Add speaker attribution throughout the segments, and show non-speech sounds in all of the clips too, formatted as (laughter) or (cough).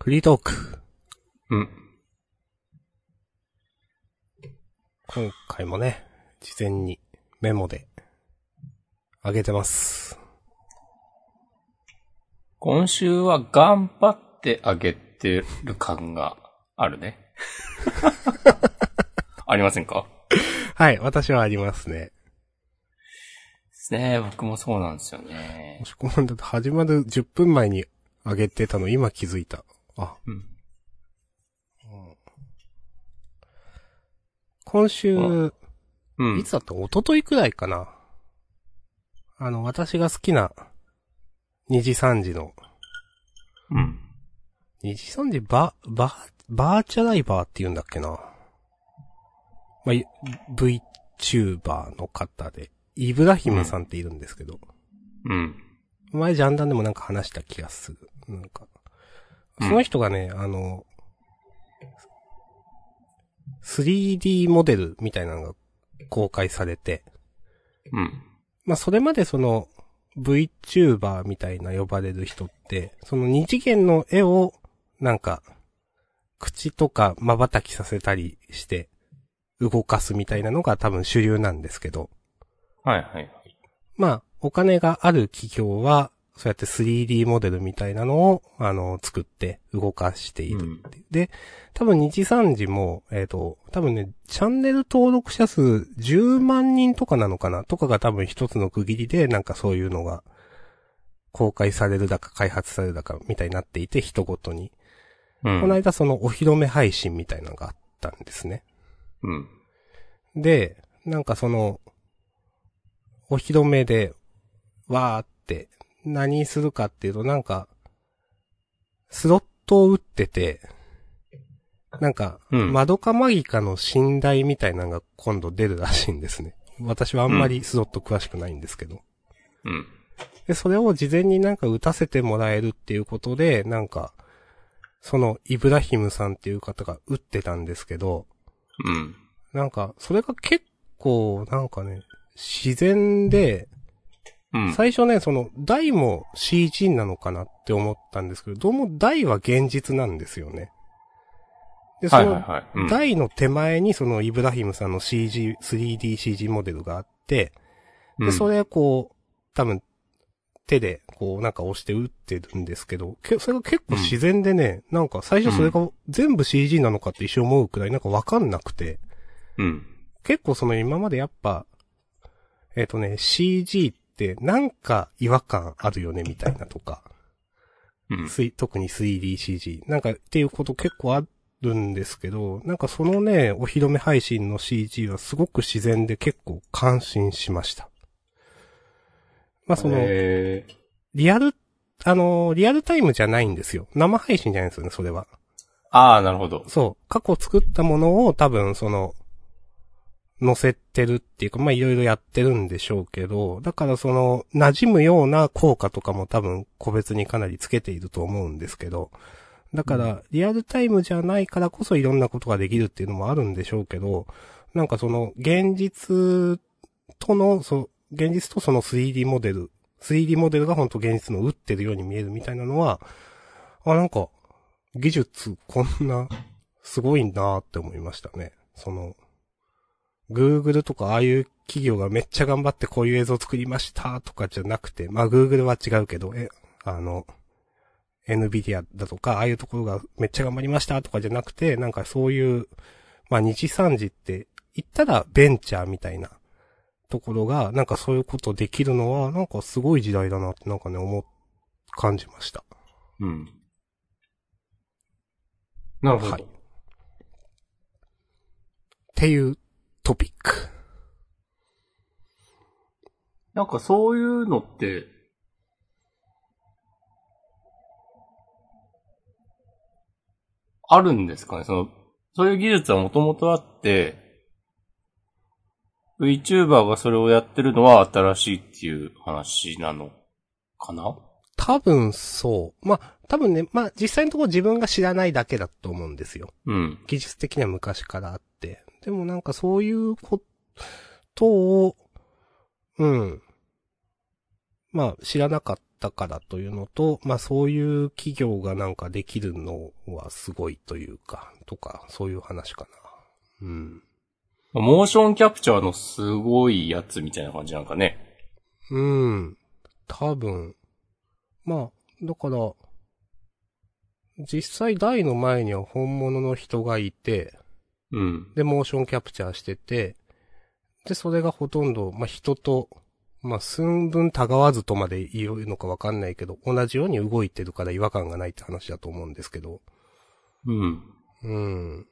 Speaker 1: フリートーク。
Speaker 2: うん。
Speaker 1: 今回もね、事前にメモで、あげてます。
Speaker 2: 今週は頑張ってあげてる感がある (laughs) ね。ありませんか
Speaker 1: はい、私はありますね。
Speaker 2: ですね。僕もそうなんですよね
Speaker 1: も。しこまんだと始まる10分前にあげてたの今気づいた。あ、
Speaker 2: うん。
Speaker 1: 今週、
Speaker 2: うう
Speaker 1: い
Speaker 2: ん。
Speaker 1: つだった一昨日くらいかな。あの、私が好きな、2時3時の、
Speaker 2: うん。
Speaker 1: 2時3時バ、バ、バーチャライバーって言うんだっけな。まあ、い VTuber の方で、イブラヒムさんっているんですけど、
Speaker 2: うん。
Speaker 1: 前ジャンダンでもなんか話した気がする。なんか。
Speaker 2: うん
Speaker 1: その人がね、あの、3D モデルみたいなのが公開されて、
Speaker 2: うん。
Speaker 1: まあ、それまでその、VTuber みたいな呼ばれる人って、その二次元の絵を、なんか、口とか瞬きさせたりして、動かすみたいなのが多分主流なんですけど、
Speaker 2: はいはい。
Speaker 1: まあ、お金がある企業は、そうやって 3D モデルみたいなのを、あの、作って動かしているっていう。で、多分日産時も、えっ、と、多分ね、チャンネル登録者数10万人とかなのかなとかが多分一つの区切りで、なんかそういうのが、公開されるだか開発されるだかみたいになっていて、人ごとに。
Speaker 2: うん。
Speaker 1: この間そのお披露目配信みたいなのがあったんですね。
Speaker 2: うん。
Speaker 1: で、なんかその、お披露目で、わーって、何するかっていうと、なんか、スロットを打ってて、なんか、
Speaker 2: うん
Speaker 1: マドカマギカの信頼みたいなのが今度出るらしいんですね。私はあんまりスロット詳しくないんですけど。
Speaker 2: うん。
Speaker 1: で、それを事前になんか打たせてもらえるっていうことで、なんか、そのイブラヒムさんっていう方が打ってたんですけど、
Speaker 2: うん。
Speaker 1: なんか、それが結構、なんかね、自然で、
Speaker 2: うん。
Speaker 1: 最初ね、その、台も CG なのかなって思ったんですけど、どうも台は現実なんですよね。で、そ
Speaker 2: はいは
Speaker 1: の
Speaker 2: い、はい。うん。
Speaker 1: 台の手前にそのイブラヒムさんの CG、3DCG モデルがあって、
Speaker 2: う
Speaker 1: で、
Speaker 2: ん
Speaker 1: それこう、多分、手で、こう、なんか押して打ってるんですけど、けそれが結構自然でね、なんか最初それが全部 CG なのかって一瞬思うくらいなんかわかんなくて、
Speaker 2: うん。
Speaker 1: 結構その今までやっぱ、えっ、とね、CG ってなんか違和感あるよねみたいなとか、
Speaker 2: うん。
Speaker 1: すい特に 3DCG なんかっていうこと結構あるんですけど、なんかそのね、お披露目配信の CG はすごく自然で結構感心しました。まあその、
Speaker 2: えー
Speaker 1: リアル、あのーリアルタイムじゃないんですよ。生配信じゃないんですよね、それは。
Speaker 2: ああ、なるほど。
Speaker 1: そう。過去作ったものを多分その、載せてるっていうか、まあ、いろいろやってるんでしょうけど、だからその、馴染むような効果とかも多分個別にかなりつけていると思うんですけど、だから、リアルタイムじゃないからこそいろんなことができるっていうのもあるんでしょうけど、なんかその、現実との、そう、現実とその 3D モデル、3D モデルが本当現実の打ってるように見えるみたいなのは、あ、なんか、技術こんなすごいなーって思いましたね。その、Google とかああいう企業がめっちゃ頑張ってこういう映像作りましたとかじゃなくて、まあ Google は違うけど、え、あの、NVIDIA だとか、ああいうところがめっちゃ頑張りましたとかじゃなくて、なんかそういう、まあ日産時って言ったらベンチャーみたいなところが、なんかそういうことできるのは、なんかすごい時代だなってなんかね、思っ、感じました。
Speaker 2: うん。なるほ
Speaker 1: はい
Speaker 2: ど。
Speaker 1: っていうトピック。
Speaker 2: なんかそういうのって、あるんですかねその、そういう技術はもともとあって、VTuber がそれをやってるのは新しいっていう話なのかな
Speaker 1: 多分そう。まあ、多分ね、まあ、実際のところ自分が知らないだけだと思うんですよ。
Speaker 2: うん。
Speaker 1: 技術的には昔からあって。でもなんかそういうことを、うん。まあ、知らなかっったからというのと、まあそういう企業がなんかできるのはすごいというか、とか、そういう話かな。うん。
Speaker 2: モーションキャプチャーのすごいやつみたいな感じなんかね。
Speaker 1: うん。多分。まあ、だから、実際台の前には本物の人がいて、
Speaker 2: うん。
Speaker 1: で、モーションキャプチャーしてて、で、それがほとんど、まあ、人と、まあ、寸分たがわずとまで言うのかわかんないけど、同じように動いてるから違和感がないって話だと思うんですけど。
Speaker 2: うん。
Speaker 1: うん。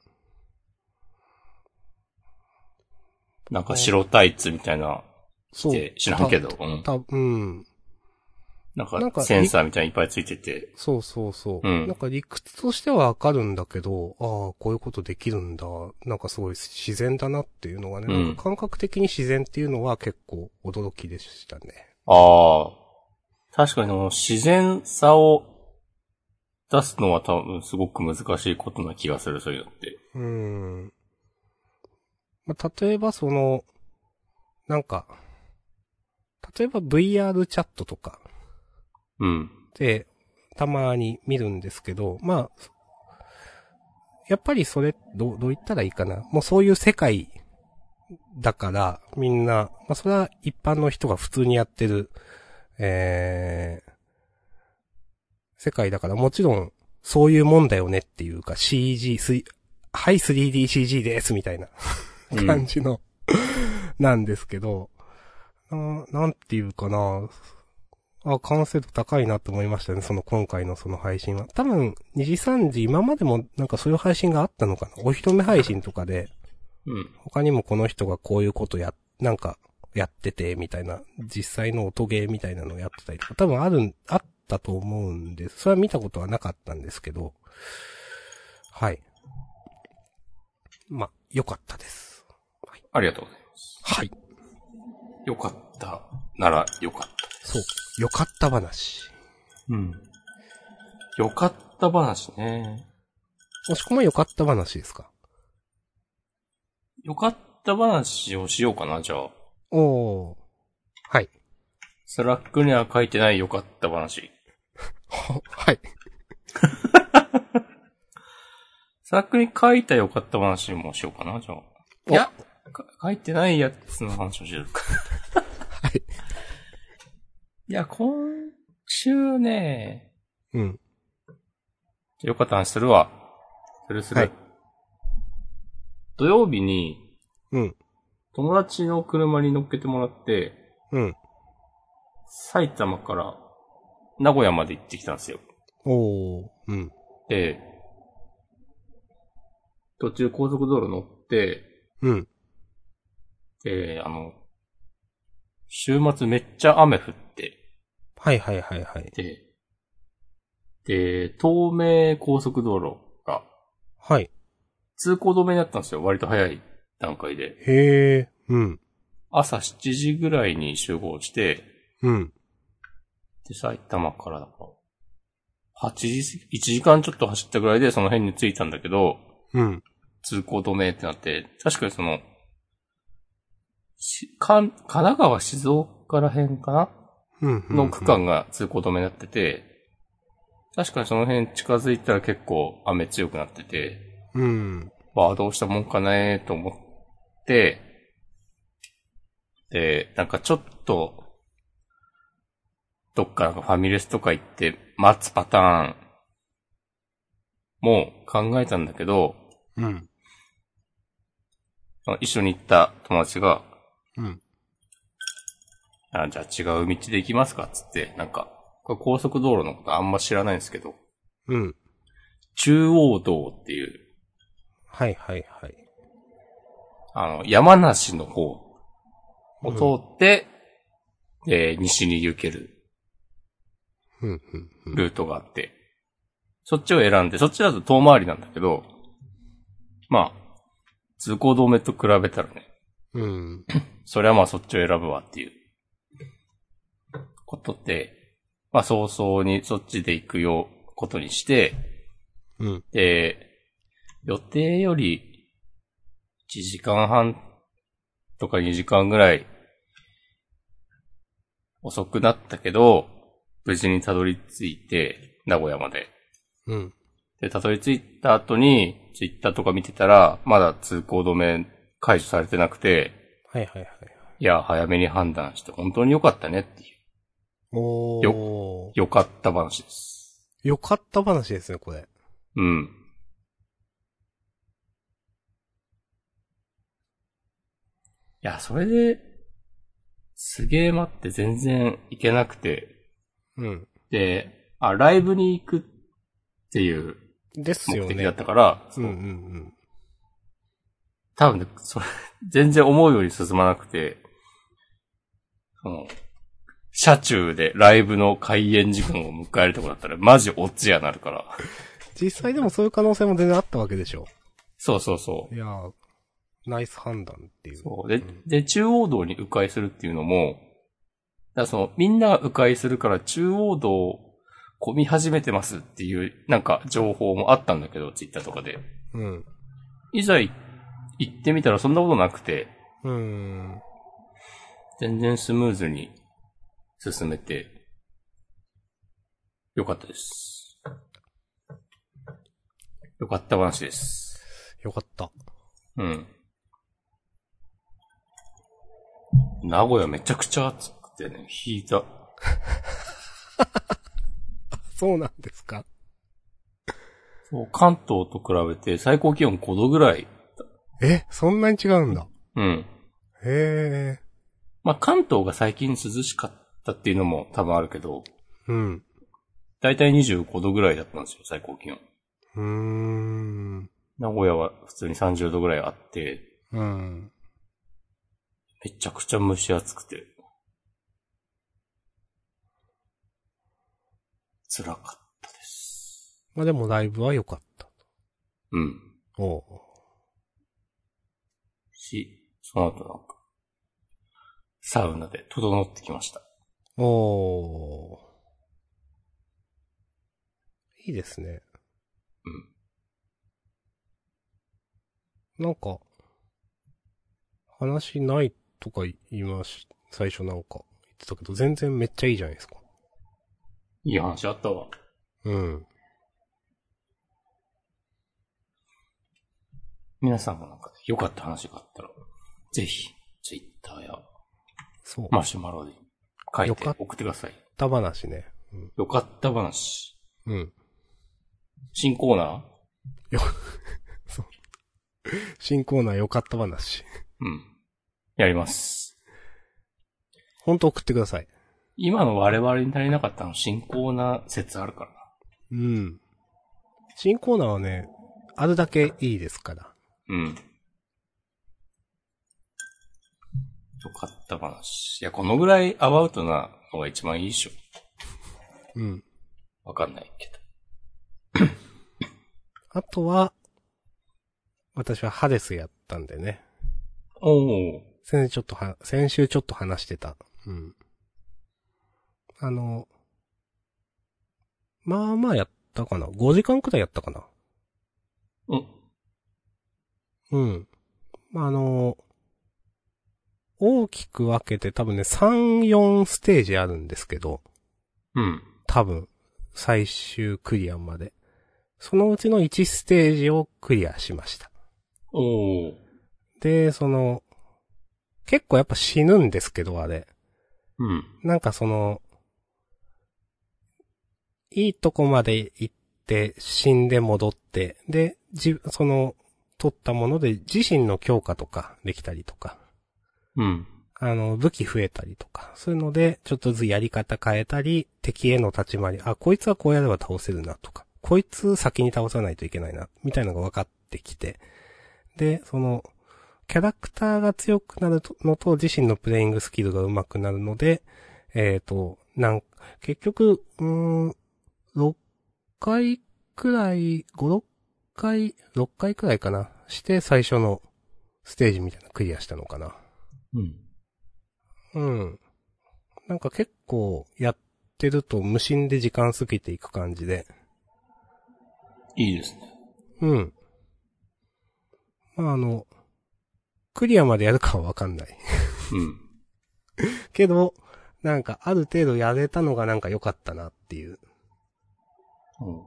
Speaker 2: なんか白タイツみたいな、
Speaker 1: そう。
Speaker 2: で知らんけど
Speaker 1: た
Speaker 2: うん
Speaker 1: た、うん。
Speaker 2: なん
Speaker 1: なんか
Speaker 2: かセンサーみたいにいっぱいついてて。
Speaker 1: そうそうそう。
Speaker 2: うん
Speaker 1: なんか理屈としてはわかるんだけど、ああ、こういうことできるんだ。なんかすごい自然だなっていうのがね、
Speaker 2: うん
Speaker 1: なんか感覚的に自然っていうのは結構驚きでしたね。
Speaker 2: ああ。確かにあの自然さを出すのは多分すごく難しいことな気がする、そういうのって。
Speaker 1: うーん。まあ、例えばその、なんか、例えば VR チャットとか
Speaker 2: うん。
Speaker 1: でたまに見るんですけど、まあ、やっぱりそれ、どう、どう言ったらいいかな。もうそういう世界だから、みんな、まあそれは一般の人が普通にやってる、えー、世界だから、もちろん、そういうもんだよねっていうか、CG、すはい 3DCG ですみたいな。
Speaker 2: うん
Speaker 1: 感じの、なんですけど、ななんていうかな、あ、完成度高いなと思いましたね、その今回のその配信は。多分、2時3時、今までもなんかそういう配信があったのかな。お披露目配信とかで、
Speaker 2: うん。
Speaker 1: 他にもこの人がこういうことや、なんか、やってて、みたいな、実際の音ゲーみたいなのをやってたりとか、多分あるん、あったと思うんです。それは見たことはなかったんですけど、はい。まあ、良かったです。
Speaker 2: ありがとうございます。
Speaker 1: はい。
Speaker 2: よかったならよかった。
Speaker 1: そう。よかった話。
Speaker 2: うん。よかった話ね。
Speaker 1: もしくはよかった話ですか
Speaker 2: よかった話をしようかな、じゃあ。
Speaker 1: おおー。はい。
Speaker 2: スラックには書いてないよかった話。
Speaker 1: (laughs) はい。
Speaker 2: スラックに書いたよかった話もしようかな、じゃあ。いや、か書いてないやつの話をしようか。
Speaker 1: はい。
Speaker 2: いや、今週ね、
Speaker 1: うん。
Speaker 2: よかった話するわ。するする。
Speaker 1: はい
Speaker 2: 土曜日に
Speaker 1: うん。
Speaker 2: 友達の車に乗っけてもらって、
Speaker 1: うん。
Speaker 2: 埼玉から名古屋まで行ってきたんですよ。
Speaker 1: おお。うん。
Speaker 2: で、途中高速道路乗って、
Speaker 1: うん。
Speaker 2: で、あの、週末めっちゃ雨降って、
Speaker 1: はいはいはいはい。
Speaker 2: で、で、東名高速道路が
Speaker 1: はい。
Speaker 2: 通行止めになったんですよ。割と早い段階で。
Speaker 1: へえ。うん。
Speaker 2: 朝7時ぐらいに集合して、
Speaker 1: うん。
Speaker 2: で、埼玉からだから、8時過ぎ、1時間ちょっと走ったぐらいでその辺に着いたんだけど、
Speaker 1: うん。
Speaker 2: 通行止めってなって、確かにその、し、かん、神奈川、静岡ら辺かな
Speaker 1: うん。うん
Speaker 2: の区。間が通行止めになってて、確かにその辺近づいたら結構雨強くなってて、
Speaker 1: うん。
Speaker 2: わあ、どうしたもんかねーと思って、で、なんかちょっと、どっかなんかファミレスとか行って待つパターンも考えたんだけど、
Speaker 1: うん。
Speaker 2: 一緒に行った友達が、
Speaker 1: うん。
Speaker 2: あじゃあ違う道で行きますかっつって、なんか、これ高速道路のことあんま知らないんですけど、
Speaker 1: うん。
Speaker 2: 中央道っていう、
Speaker 1: はいはいはい。
Speaker 2: あの、山梨の方を通って、えー西に行ける
Speaker 1: うん。うん。うん。
Speaker 2: ルートがあって、そっちを選んで、そっちだと遠回りなんだけど、まあ、通行止めと比べたらね、
Speaker 1: うん。
Speaker 2: そりゃまあそっちを選ぶわっていう、ことで、まあ早々にそっちで行くよ、ことにして、
Speaker 1: うん。
Speaker 2: で、予定より1時間半とか2時間ぐらい遅くなったけど、無事にたどり着いて、名古屋まで。
Speaker 1: うん。
Speaker 2: で、たどり着いた後に、ツイッターとか見てたら、まだ通行止め解除されてなくて、
Speaker 1: はいはいはい。
Speaker 2: いや、早めに判断して本当に良かったねっていう。
Speaker 1: おー。
Speaker 2: 良かった話です。
Speaker 1: よかった話ですね、これ。
Speaker 2: うん。いや、それで、すげえ待って全然行けなくて、
Speaker 1: うん。
Speaker 2: で、あ、ライブに行くっていう
Speaker 1: です
Speaker 2: 目
Speaker 1: よ
Speaker 2: 的だ
Speaker 1: ね
Speaker 2: っ。たから、
Speaker 1: うんうんうん。
Speaker 2: 多分ね、それ、全然思うように進まなくて、その、車中でライブの開演時間を迎えるとこだったら、マジオチやなるから。
Speaker 1: 実際でもそういう可能性も全然あったわけでしょ。
Speaker 2: そうそうそう。
Speaker 1: いやー、ナイス判断っていう。
Speaker 2: そうで、で、中央道に迂回するっていうのも、だからその、みんなが迂回するから中央道混み始めてますっていう、なんか情報もあったんだけど、ツイッターとかで。
Speaker 1: うん。
Speaker 2: いざい行ってみたらそんなことなくて、
Speaker 1: うーん。
Speaker 2: 全然スムーズに進めて、よかったです。よかった話です。
Speaker 1: よかった。
Speaker 2: うん。名古屋めちゃくちゃ暑くてね、引いた。
Speaker 1: そうなんですか
Speaker 2: そう関東と比べて最高気温5度ぐらい。
Speaker 1: え、そんなに違うんだ。
Speaker 2: うん。
Speaker 1: へえ。
Speaker 2: まあ、関東が最近涼しかったっていうのも多分あるけど、
Speaker 1: うん。
Speaker 2: だいたい25度ぐらいだったんですよ、最高気温。
Speaker 1: うーん。
Speaker 2: 名古屋は普通に30度ぐらいあって、
Speaker 1: うん。
Speaker 2: めちゃくちゃ蒸し暑くて。辛かったです。
Speaker 1: まあでもライブは良かった。
Speaker 2: うん。
Speaker 1: おう
Speaker 2: し、その後なんか、サウナで整ってきました。
Speaker 1: おーいいですね。なんか、話ないとか言いまし、最初なんか言ってたけど、全然めっちゃいいじゃないですか。
Speaker 2: いい話あったわ。
Speaker 1: うん。
Speaker 2: 皆さんもなんか、良かった話があったら、ぜひ、ツイッターや
Speaker 1: そう。
Speaker 2: マシュマロで書い
Speaker 1: よ
Speaker 2: て
Speaker 1: かっ
Speaker 2: 送ってください。
Speaker 1: た話ね。うん。
Speaker 2: よかった話。
Speaker 1: (laughs) うん。
Speaker 2: 新コーナー
Speaker 1: 新コーナー良かった話。
Speaker 2: うん。やります。
Speaker 1: ほんと送ってください。
Speaker 2: 今の我々に足りなかったの新コーナー説あるからな。
Speaker 1: うん。新コーナーはね、あるだけいいですから。
Speaker 2: うん。よかった話。いや、このぐらいアバウトなのが一番いいでしょ。
Speaker 1: うん。
Speaker 2: わかんないけど。
Speaker 1: あとは、私はハデスやったんでね。
Speaker 2: おお。
Speaker 1: 先週ちょっとは、先週ちょっと話してた。うん。あの、まあまあやったかな。5時間くらいやったかな。
Speaker 2: うん。
Speaker 1: うん。まああの、大きく分けて多分ね、3、4ステージあるんですけど、
Speaker 2: うん。
Speaker 1: 多分、最終クリアまで。そのうちの1ステージをクリアしました。
Speaker 2: おお。
Speaker 1: で、その、結構やっぱ死ぬんですけど、あれ。
Speaker 2: うん。
Speaker 1: なんかその、いいとこまで行って、死んで戻って、で、じ、その、取ったもので自身の強化とかできたりとか、
Speaker 2: うん。
Speaker 1: あの、武器増えたりとか、そういうので、ちょっとずつやり方変えたり、敵への立ち回り、あ、こいつはこうやれば倒せるなとか、こいつ先に倒さないといけないな、みたいなのが分かってきて、で、その、キャラクターが強くなるのと自身のプレイングスキルが上手くなるので、えっ、と、なん、結局、うーん、6回くらい、5、6回、6回くらいかな、して最初のステージみたいなのクリアしたのかな。
Speaker 2: うん。
Speaker 1: うん。なんか結構やってると無心で時間過ぎていく感じで。
Speaker 2: いいですね。
Speaker 1: うん。まああの、クリアまでやるかはわかんない。
Speaker 2: うん。
Speaker 1: (laughs) けど、なんかある程度やれたのがなんか良かったなっていう、
Speaker 2: うん。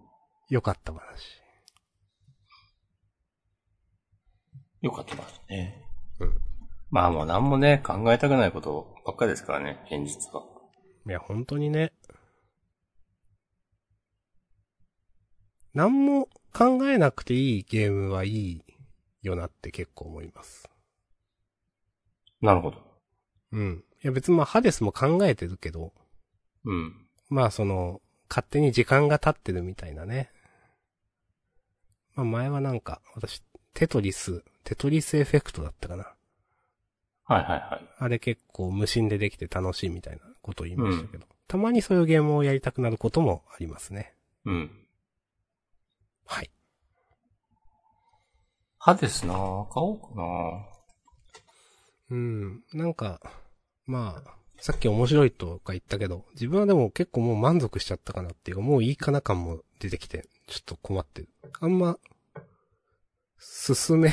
Speaker 1: 良かった話。
Speaker 2: よかったですね。
Speaker 1: うん。
Speaker 2: まあもう何もね、考えたくないことばっかりですからね、現実は。
Speaker 1: いや、本当にね。何も考えなくていいゲームはいいよなって結構思います。
Speaker 2: なるほど。
Speaker 1: うん。いや別にまあハデスも考えてるけど、
Speaker 2: うん。
Speaker 1: まあその、勝手に時間が経ってるみたいなね。まあ前はなんか、私、テトリス、テトリスエフェクトだったかな。
Speaker 2: はいはいはい。
Speaker 1: あれ結構無心でできて楽しいみたいなことを言いましたけど、たまにそういうゲームをやりたくなることもありますね。
Speaker 2: うん。
Speaker 1: はい。
Speaker 2: 歯ですなぁ買おうかなぁ
Speaker 1: うん。なんか、まあ、さっき面白いとか言ったけど、自分はでも結構もう満足しちゃったかなっていうか、もういいかな感も出てきて、ちょっと困ってる。あんま、進め、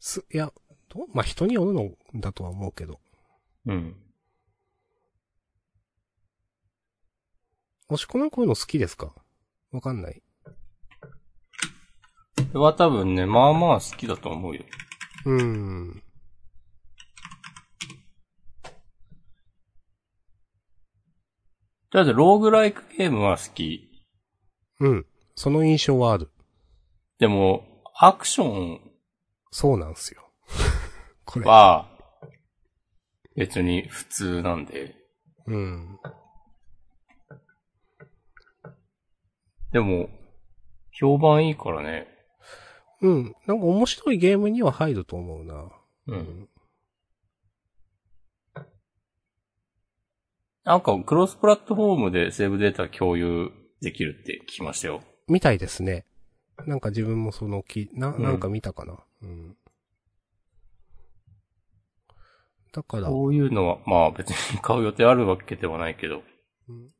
Speaker 1: す、いや、どうまあ人によるのだとは思うけど、
Speaker 2: うん。
Speaker 1: 押し込まんこういうの好きですかわかんない。
Speaker 2: これは多分ね、まあまあ好きだと思うよ。
Speaker 1: うん。
Speaker 2: とりあえず、ローグライクゲームは好き。
Speaker 1: うん。その印象はある。
Speaker 2: でも、アクション
Speaker 1: そうなんすよ。 (laughs) これ。
Speaker 2: は、別に普通なんで。
Speaker 1: うん。
Speaker 2: でも、評判いいからね。
Speaker 1: うん。なんか面白いゲームには入ると思うな。
Speaker 2: うん。なんか、クロスプラットフォームでセーブデータ共有できるって聞きましたよ。
Speaker 1: みたいですね。なんか自分もそのき、な、
Speaker 2: うん
Speaker 1: なんか見たかな。うん。だから、
Speaker 2: こういうのは、まあ別に買う予定あるわけではないけど。
Speaker 1: うん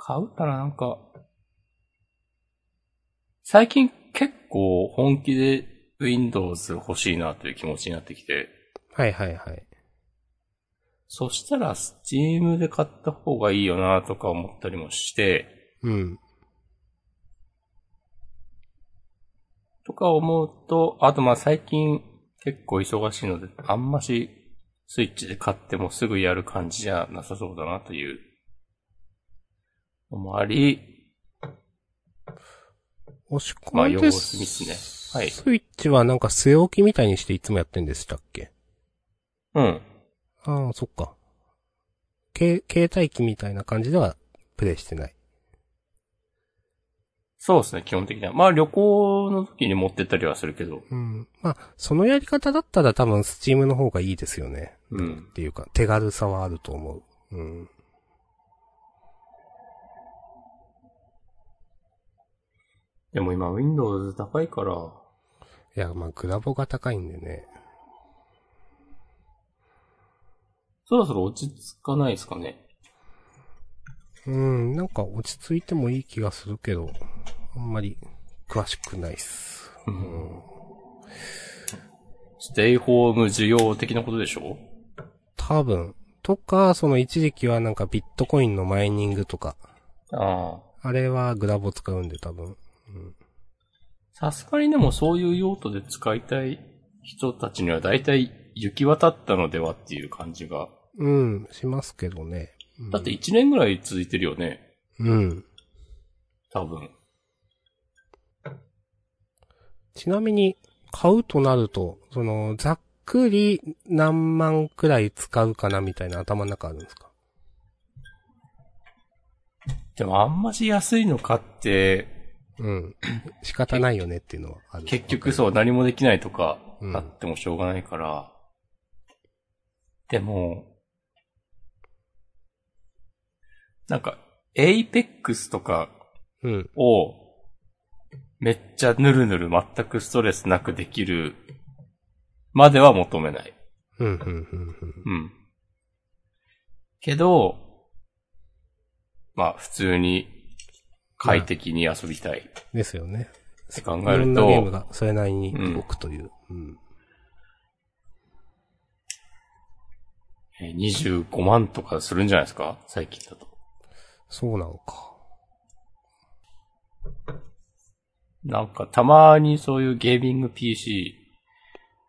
Speaker 2: 買うたらなんか、最近結構本気で Windows 欲しいなという気持ちになってきて、
Speaker 1: はいはいはい。
Speaker 2: そしたら Steam で買った方がいいよなとか思ったりもして、
Speaker 1: うん。
Speaker 2: とか思うと、あとまあ最近結構忙しいので、あんましスイッチで買ってもすぐやる感じじゃなさそうだなというのもあり、
Speaker 1: 押し込
Speaker 2: ま
Speaker 1: ま
Speaker 2: あ
Speaker 1: れて
Speaker 2: 様子見っすねはい
Speaker 1: スイッチはなんか据え置きみたいにしていつもやってんでしたっけ
Speaker 2: うん。
Speaker 1: ああ、そっか。け携帯機みたいな感じではプレイしてない。
Speaker 2: そうですね、基本的には。まあ旅行の時に持ってったりはするけど。
Speaker 1: うん。まあ、そのやり方だったら多分スチームの方がいいですよね。
Speaker 2: うん
Speaker 1: っ。ていうか、手軽さはあると思う。うん。
Speaker 2: でも今 Windows 高いから、
Speaker 1: いや、まあ、グラボが高いんでね。
Speaker 2: そろそろ落ち着かないですかね。
Speaker 1: うん、なんか落ち着いてもいい気がするけど、あんまり詳しくないっす。
Speaker 2: うん。ステイホーム需要的なことでしょ
Speaker 1: 多分。とか、その一時期はなんかビットコインのマイニングとか、
Speaker 2: ああ。
Speaker 1: あれはグラボ使うんで多分。
Speaker 2: さすがにでもそういう用途で使いたい人たちには大体行き渡ったのではっていう感じが。
Speaker 1: うん、しますけどね。うん
Speaker 2: だって1年ぐらい続いてるよね。
Speaker 1: うん。
Speaker 2: 多分。
Speaker 1: ちなみに、買うとなると、その、ざっくり何万くらい使うかなみたいな頭の中あるんですか
Speaker 2: でもあんまし安いの買って、 (laughs)
Speaker 1: うん。仕方ないよねっていうのはある。
Speaker 2: 結局そう、何もできないとか、
Speaker 1: うん
Speaker 2: あってもしょうがないから。でも、なんか、エイペックスとか
Speaker 1: うん。
Speaker 2: を、めっちゃぬるぬる全くストレスなくできるまでは求めない。
Speaker 1: うん、うん、うん、うん。
Speaker 2: うん。けど、まあ普通に快適に遊びたい
Speaker 1: ですよね。
Speaker 2: って考
Speaker 1: い
Speaker 2: え
Speaker 1: ろん
Speaker 2: る
Speaker 1: なゲーム
Speaker 2: と、
Speaker 1: がそれなりに動くという。うん。
Speaker 2: えー25万とかするんじゃないですか最近だと。
Speaker 1: そうなのか。
Speaker 2: なんかたまにそういうゲーミング PC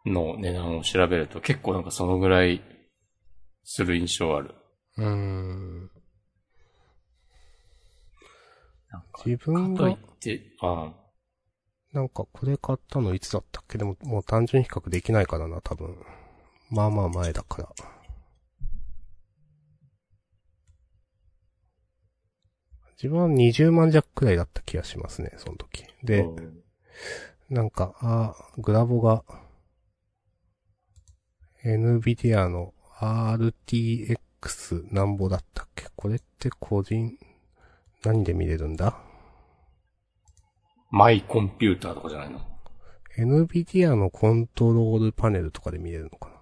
Speaker 2: の値段を調べると結構なんかそのぐらいする印象ある。
Speaker 1: うーん。
Speaker 2: なんか
Speaker 1: 自分
Speaker 2: かといっ
Speaker 1: が、
Speaker 2: て、あ
Speaker 1: なんかこれ買ったのいつだったっけでも、もう単純比較できないからな、多分。まあまあ前だから。自分は20万弱くらいだった気がしますね、その時。
Speaker 2: あ、
Speaker 1: で、
Speaker 2: うん
Speaker 1: なんか、あーグラボが、NVIDIA の RTX なんぼだったっけこれって個人、何で見れるんだ
Speaker 2: マイコンピューターとかじゃないの
Speaker 1: ?NVIDIA のコントロールパネルとかで見れるのかな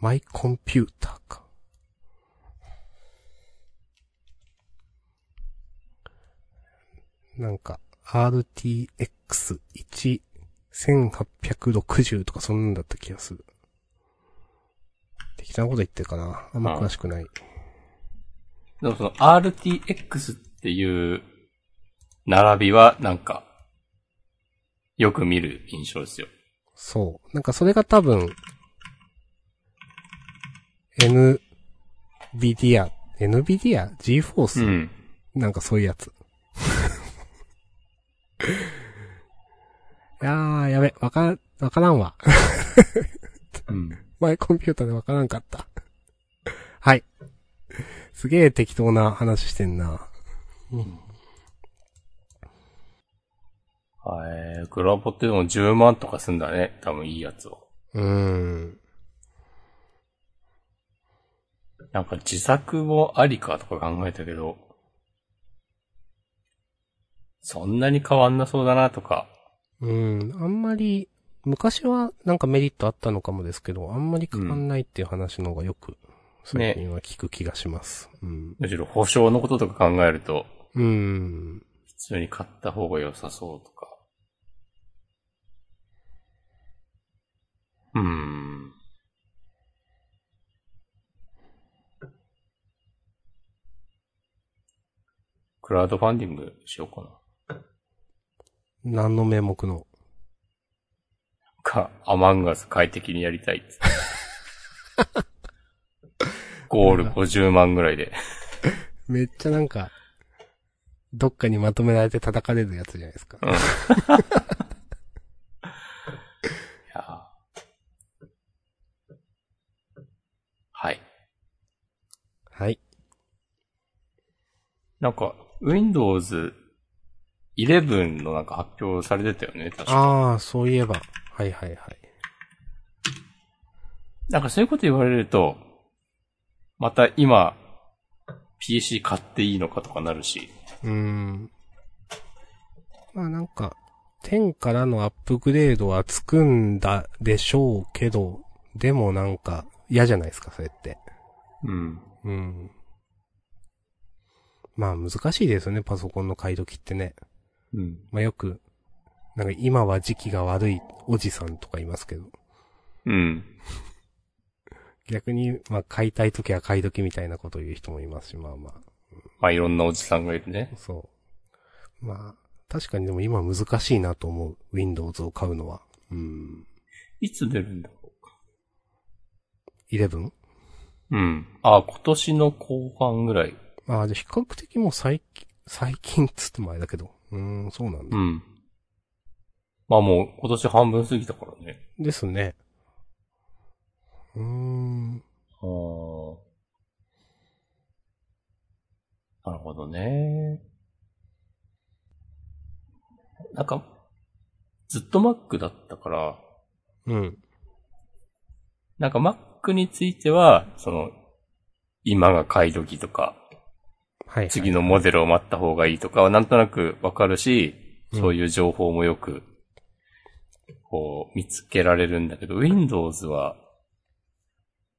Speaker 1: マイコンピューターか。なんか、RTX1860 とかそんなんだった気がする。適当なこと言ってるかなあんま詳しくない。
Speaker 2: でもその RTX っていう並びはなんかよく見る印象ですよ。
Speaker 1: そう。なんかそれが多分、NVIDIA、NVIDIA、
Speaker 2: う
Speaker 1: GForce、
Speaker 2: ん。
Speaker 1: なんかそういうやつ。 (laughs) いやー、やべ、わか、わからんわ。
Speaker 2: うん。
Speaker 1: 前コンピューターでわからんかった。はい。すげえ適当な話してんな。
Speaker 2: えー、グラボってでも10万とかすんだね。多分いいやつを。
Speaker 1: うーん。
Speaker 2: なんか自作もありかとか考えたけど、そんなに変わんなそうだなとか。
Speaker 1: うん、あんまり、昔はなんかメリットあったのかもですけど、あんまり変わんないっていう話の方がよく、最近は聞く気がします。うん。
Speaker 2: むしろ保証のこととか考えると、
Speaker 1: うん。
Speaker 2: 普通に買った方が良さそうとか。うーん。クラウドファンディングしようかな。
Speaker 1: 何の名目の。
Speaker 2: か、アマンガス快適にやりたいっつって。ゴール50万ぐらいで。
Speaker 1: めっちゃなんか、どっかにまとめられて叩かれるやつじゃないですか。
Speaker 2: いやーはい。
Speaker 1: はい。
Speaker 2: なんか、Windows 11のなんか発表されてたよね、確か。
Speaker 1: ああ、そういえば。はいはいはい。
Speaker 2: なんかそういうこと言われると、また今、PC 買っていいのかとかなるし。
Speaker 1: うーん。まあなんか、天からのアップグレードはつくんだでしょうけど、でもなんか嫌じゃないですか、それって。
Speaker 2: うん。
Speaker 1: うん。まあ難しいですよね、パソコンの買い時ってね。
Speaker 2: うん。
Speaker 1: まあよく、なんか今は時期が悪いおじさんとかいますけど、
Speaker 2: うん。
Speaker 1: 逆に、まあ買いたい時は買い時みたいなことを言う人もいますし、まあま
Speaker 2: まあ、いろんなおじさんがいるね
Speaker 1: あ、。そう。まあ、確かにでも今難しいなと思う、Windows を買うのは。うん。
Speaker 2: いつ出るんだろ
Speaker 1: 11?
Speaker 2: う。うん。あ、今年の後半ぐらい。
Speaker 1: まあじゃあ比較的もう最近、最近っつってもあれだけど。うーん、そうなんだ
Speaker 2: う。ん。まあもう今年半分過ぎたからね。
Speaker 1: ですね。うーん。
Speaker 2: ああ。なるほどね。なんか、ずっと Mac だったから、
Speaker 1: うん。
Speaker 2: なんか Mac については、その、今が買い時とか、
Speaker 1: はい、はい。
Speaker 2: 次のモデルを待った方がいいとかはなんとなくわかるし、そういう情報もよく、こう、見つけられるんだけど、Windows は、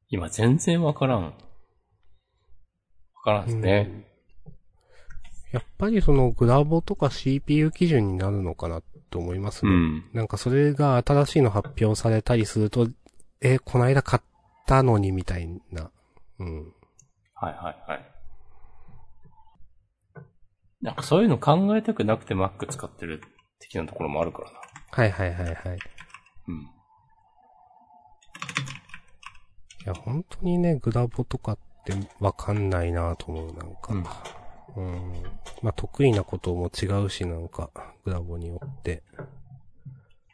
Speaker 2: 今全然わからん。わからんですね。
Speaker 1: やっぱりそのグラボとか CPU 基準になるのかなっと思います
Speaker 2: う
Speaker 1: ね。
Speaker 2: ん。
Speaker 1: なんかそれが新しいの発表されたりすると、え、こないだ買ったのにみたいな。うん。
Speaker 2: はいはいはい。なんかそういうの考えたくなくて Mac 使ってる的なところもあるからな。
Speaker 1: はいはいはいはい。
Speaker 2: うん。
Speaker 1: いや、本当にね、グラボとかってわかんないなと思う、なん
Speaker 2: うん
Speaker 1: か。うん。まあ、得意なことも違うし、なんか、グラボによって。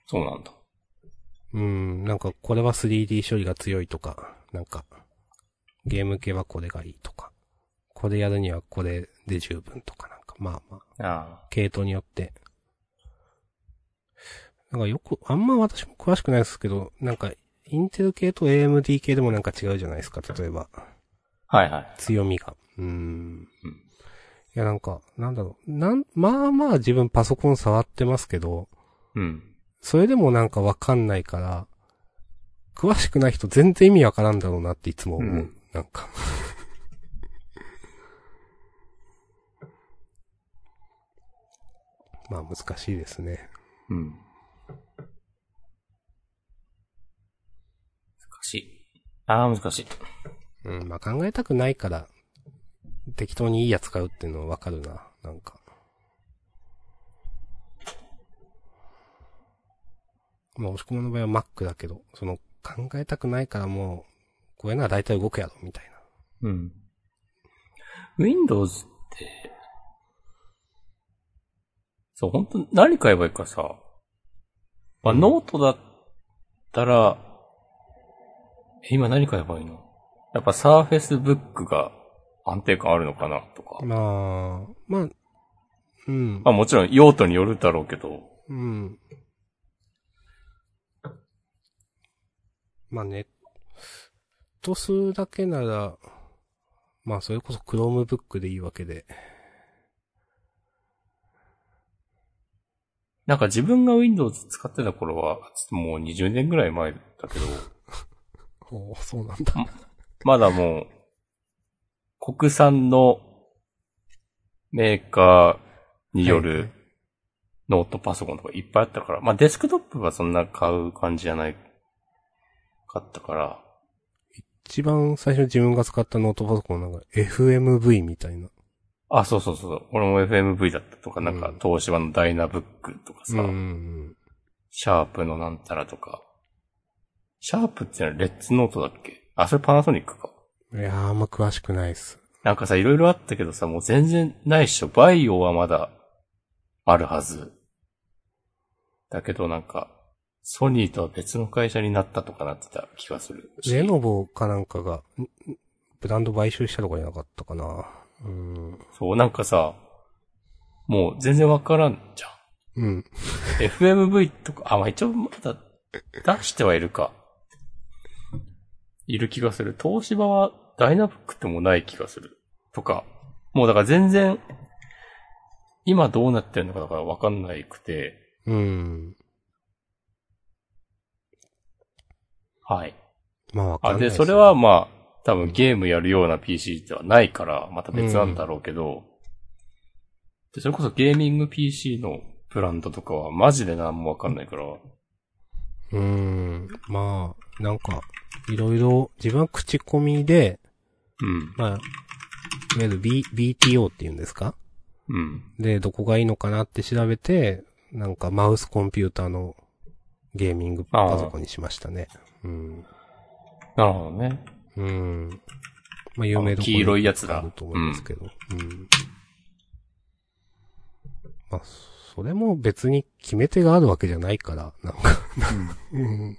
Speaker 2: そうなんだ。
Speaker 1: うん、なんか、これは 3D 処理が強いとか、なんか、ゲーム系はこれがいいとか、これやるにはこれで十分とか、なんか、まあまあ、
Speaker 2: ああ。
Speaker 1: 系統によって。なんかよく、あんま私も詳しくないですけど、なんか、インテル系と AMD 系でもなんか違うじゃないですか、例えば。
Speaker 2: はいはい。
Speaker 1: 強みが。うーん
Speaker 2: うん。
Speaker 1: いや、なんか、なんだろう。なん、まあまあ自分パソコン触ってますけど、
Speaker 2: うん。
Speaker 1: それでもなんかわかんないから、詳しくない人全然意味わからんだろうなっていつも思う。
Speaker 2: うん
Speaker 1: なんか。 (laughs) まあ難しいですね。
Speaker 2: うん。難しい。ああ、難しい。
Speaker 1: うん、まあ考えたくないから、適当にいいやつ買うっていうのはわかるな。なんか。まあ、押し込むの場合は Mac だけど、その、考えたくないからもう、これなら大体動くやろ、みたいな。
Speaker 2: うん。Windows って、そう、本当何買えばいいかさ、まあ、
Speaker 1: うん
Speaker 2: ノートだったら、え今何買えばいいのやっぱ Surface Book が安定感あるのかなとか。
Speaker 1: まあ、まあ、うん
Speaker 2: ま。あもちろん用途によるだろうけど、
Speaker 1: うん。まあ、ネット数だけなら、まあ、それこそ Chromebook でいいわけで。
Speaker 2: なんか自分が Windows 使ってた頃は、ちょっともう20年ぐらい前だけど、
Speaker 1: おーそうなんだ。
Speaker 2: まだもう、国産のメーカーによ
Speaker 1: はいはい
Speaker 2: るノートパソコンとかいっぱいあったから、まあデスクトップはそんな買う感じじゃないかったから、
Speaker 1: (laughs) 一番最初に自分が使ったノートパソコンなんか FMV みたいな。
Speaker 2: あ、そうそうそう、俺も FMV だったとか、なん
Speaker 1: う
Speaker 2: か
Speaker 1: ん
Speaker 2: 東芝のダイナブックとかさ、
Speaker 1: ん。
Speaker 2: シャープのなんたらとか、シャープってのはレッツノートだっけあ、それパナソニックか。
Speaker 1: いやー、あんま詳しくないっす。
Speaker 2: なんかさ、いろいろあったけどさ、もう全然ないっしょ。バイオはまだあるはず。だけどなんか、ソニーとは別の会社になったとかなってた気がする。
Speaker 1: レノボかなんかが、んんブランド買収したとかじゃなかったかな。うん。
Speaker 2: そう、なんかさ、もう全然わからんじゃん。
Speaker 1: うん。
Speaker 2: FMV とか、あ、まあ、一応まだ出してはいるか。いる気がする。東芝はダイナブックってもうない気がする。とか。もうだから全然、今どうなってるのかだからわかんないくて、
Speaker 1: うん。
Speaker 2: はい。
Speaker 1: まあわかん
Speaker 2: あ、
Speaker 1: ない
Speaker 2: で、
Speaker 1: っす
Speaker 2: それは、まあ、多分ゲームやるような PC ではないから、また別なんだろうけど、で、それこそゲーミング PC のブランドとかはマジで何もわかんないから、
Speaker 1: うん。まあ、なんか、いろいろ、自分は口コミで、
Speaker 2: うん、
Speaker 1: まあ、いわゆる B、BTO って言うんですか
Speaker 2: うん、
Speaker 1: で、どこがいいのかなって調べて、なんかマウスコンピューターのゲーミングパソコンにしましたね。うん。
Speaker 2: なるほどね。
Speaker 1: うん。まあ、有名どころ
Speaker 2: 黄色いやつだ
Speaker 1: あると思いますけど。うん。まあ、それも別に決め手があるわけじゃないから、なんか。うん。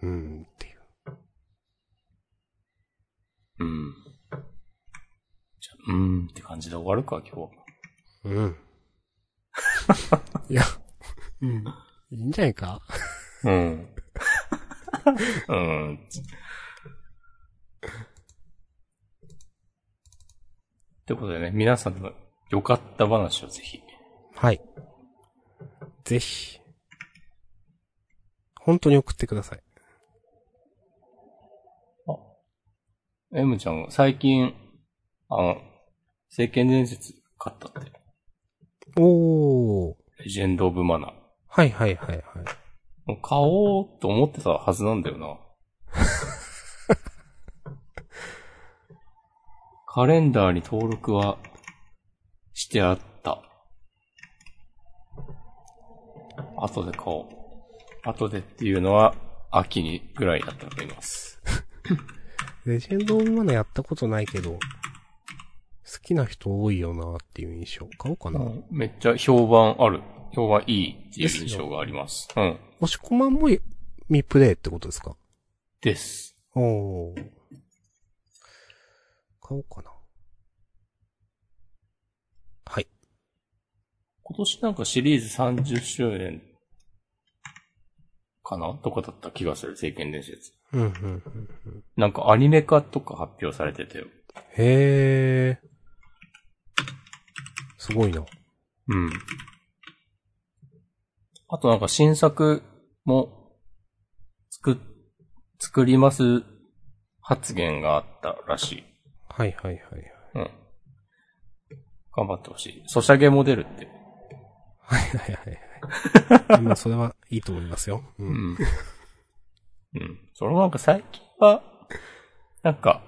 Speaker 1: うん、っていう。
Speaker 2: うん。じゃあ、うんって感じで終わるか、今日は。
Speaker 1: うん。いや、うん。いいんじゃないか
Speaker 2: うん。うん。ということでね、皆さんの良かった話をぜひ。
Speaker 1: はい。ぜひ。本当に送ってください。
Speaker 2: M ちゃん、最近、あの、聖剣伝説買ったって。
Speaker 1: おー。
Speaker 2: レジェンド・オブ・マナー。
Speaker 1: はいはいはいはい。
Speaker 2: もう買おうと思ってたはずなんだ
Speaker 1: (laughs)
Speaker 2: よな。カレンダーに登録はしてあった。後で買おう。後でっていうのは秋にぐらいだったと思います。
Speaker 1: レジェンドオブマナーやったことないけど、好きな人多いよなっていう印象。買おうかな。
Speaker 2: めっちゃ評判ある。評判いいっていう印象があります。うん。
Speaker 1: 押し込まんも未プレイってことですか
Speaker 2: です。
Speaker 1: おー。買おうかな。はい。
Speaker 2: 今年なんかシリーズ30周年かなとかだった気がする、聖剣伝説。
Speaker 1: うんうんうんうん。
Speaker 2: なんかアニメ化とか発表されてたよ。
Speaker 1: へー。すごいな。
Speaker 2: うん。あとなんか新作も作っ、作ります発言があったらしい。
Speaker 1: はいはいはい。
Speaker 2: うん。頑張ってほしい。ソシャゲモデルって。
Speaker 1: はいはいはい (laughs) はい。まあ、それはいいと思いますよ。う。
Speaker 2: うんん。うん。それもなんか最近は、なんか、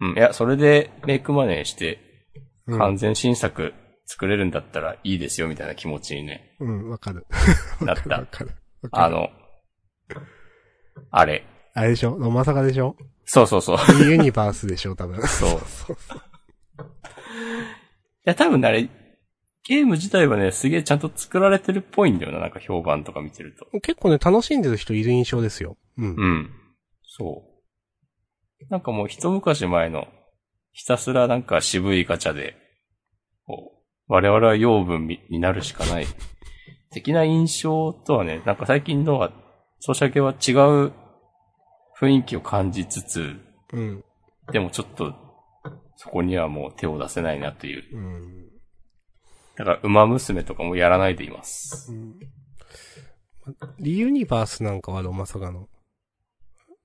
Speaker 2: うん。いや、それでメイクマネーして完全新作作れるんだったらいいですよみたいな気持ちにね、
Speaker 1: うん、わかる。
Speaker 2: なった
Speaker 1: わかる。わか
Speaker 2: あ
Speaker 1: る。
Speaker 2: の、あれ。
Speaker 1: あれでしょまさかでし
Speaker 2: (laughs)
Speaker 1: ょ
Speaker 2: そうそうそう。
Speaker 1: ユニバースでしょ多分。。
Speaker 2: そう
Speaker 1: そうそう。
Speaker 2: いや、多分ねあれ、ゲーム自体はね、すげえちゃんと作られてるっぽいんだよな、なんか評判とか見てると。
Speaker 1: 結構ね、楽しんでる人いる印象ですよ。うん。
Speaker 2: うん。そう。なんかもう一昔前の、ひたすらなんか渋いガチャで、こう、我々は養分みになるしかない、的な印象とはね、なんか最近のは、ソシャゲは違う雰囲気を感じつつ、
Speaker 1: うん。
Speaker 2: でもちょっと、そこにはもう手を出せないなという。
Speaker 1: うん。
Speaker 2: だから、馬娘とかもやらないでいます。
Speaker 1: リユニバースなんかはロマサガの。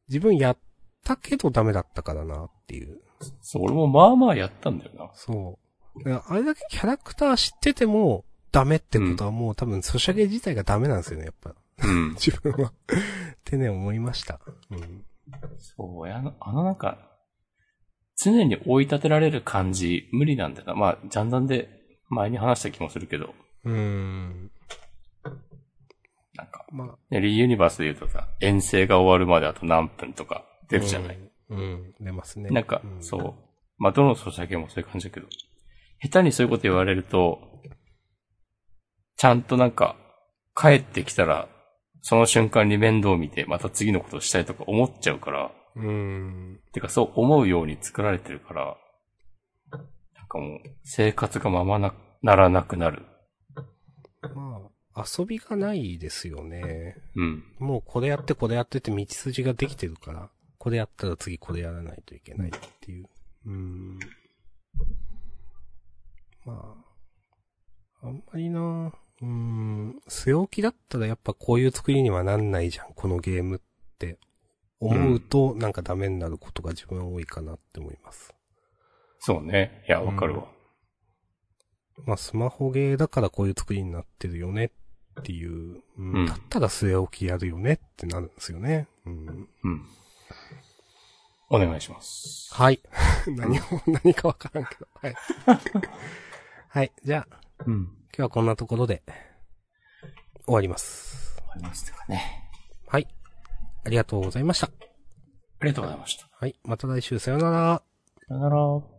Speaker 1: 自分やったけどダメだったからなっていう。
Speaker 2: そう、俺もまあまあやったんだよな。
Speaker 1: そう。だからあれだけキャラクター知っててもダメってことはもう多分ソシャゲ自体がダメなんですよね、やっぱ。
Speaker 2: うん。
Speaker 1: 自分は。 (laughs) ってね、思いました。うん。
Speaker 2: そう、あの、あのなんか、常に追い立てられる感じ、無理なんだよな。まあ、ジャンダンで前に話した気もするけど、
Speaker 1: うーん。
Speaker 2: なんか、
Speaker 1: まあ。
Speaker 2: ね、リユニバースで言うとさ、遠征が終わるまであと何分とか出るじゃない。
Speaker 1: うん。うん、出ますね。
Speaker 2: なんか、
Speaker 1: う
Speaker 2: そう。まあ、どのソシャゲもそういう感じだけど、下手にそういうこと言われると、ちゃんとなんか、帰ってきたら、その瞬間に面倒を見て、また次のことをしたいとか思っちゃうから、
Speaker 1: うん。
Speaker 2: てかそう思うように作られてるから、なんかもう、生活がままな、ならなくなる。
Speaker 1: まあ、遊びがないですよね。
Speaker 2: うん。
Speaker 1: もうこれやってこれやってって道筋ができてるから、これやったら次これやらないといけないっていう。うん。まあ、あんまりなうん、据え置きだったらやっぱこういう作りにはなんないじゃん、このゲームって。思うと、なんかダメになることが自分は多いかなって思います。
Speaker 2: そうね。いや、わかるわ。
Speaker 1: まあ、スマホゲーだからこういう作りになってるよねっていう、うん
Speaker 2: うん
Speaker 1: だったら据え置きやるよねってなるんですよね。うん、
Speaker 2: うん。お願いします。
Speaker 1: はい。 (laughs) 何を、何かわからんけど。 (laughs) はい。はい。じゃあ、
Speaker 2: うん。
Speaker 1: 今日はこんなところで終わります。
Speaker 2: わかりましたかね。
Speaker 1: はい。ありがとうございました。
Speaker 2: ありがとうございました。
Speaker 1: はい。また来週さよなら。
Speaker 2: さよなら。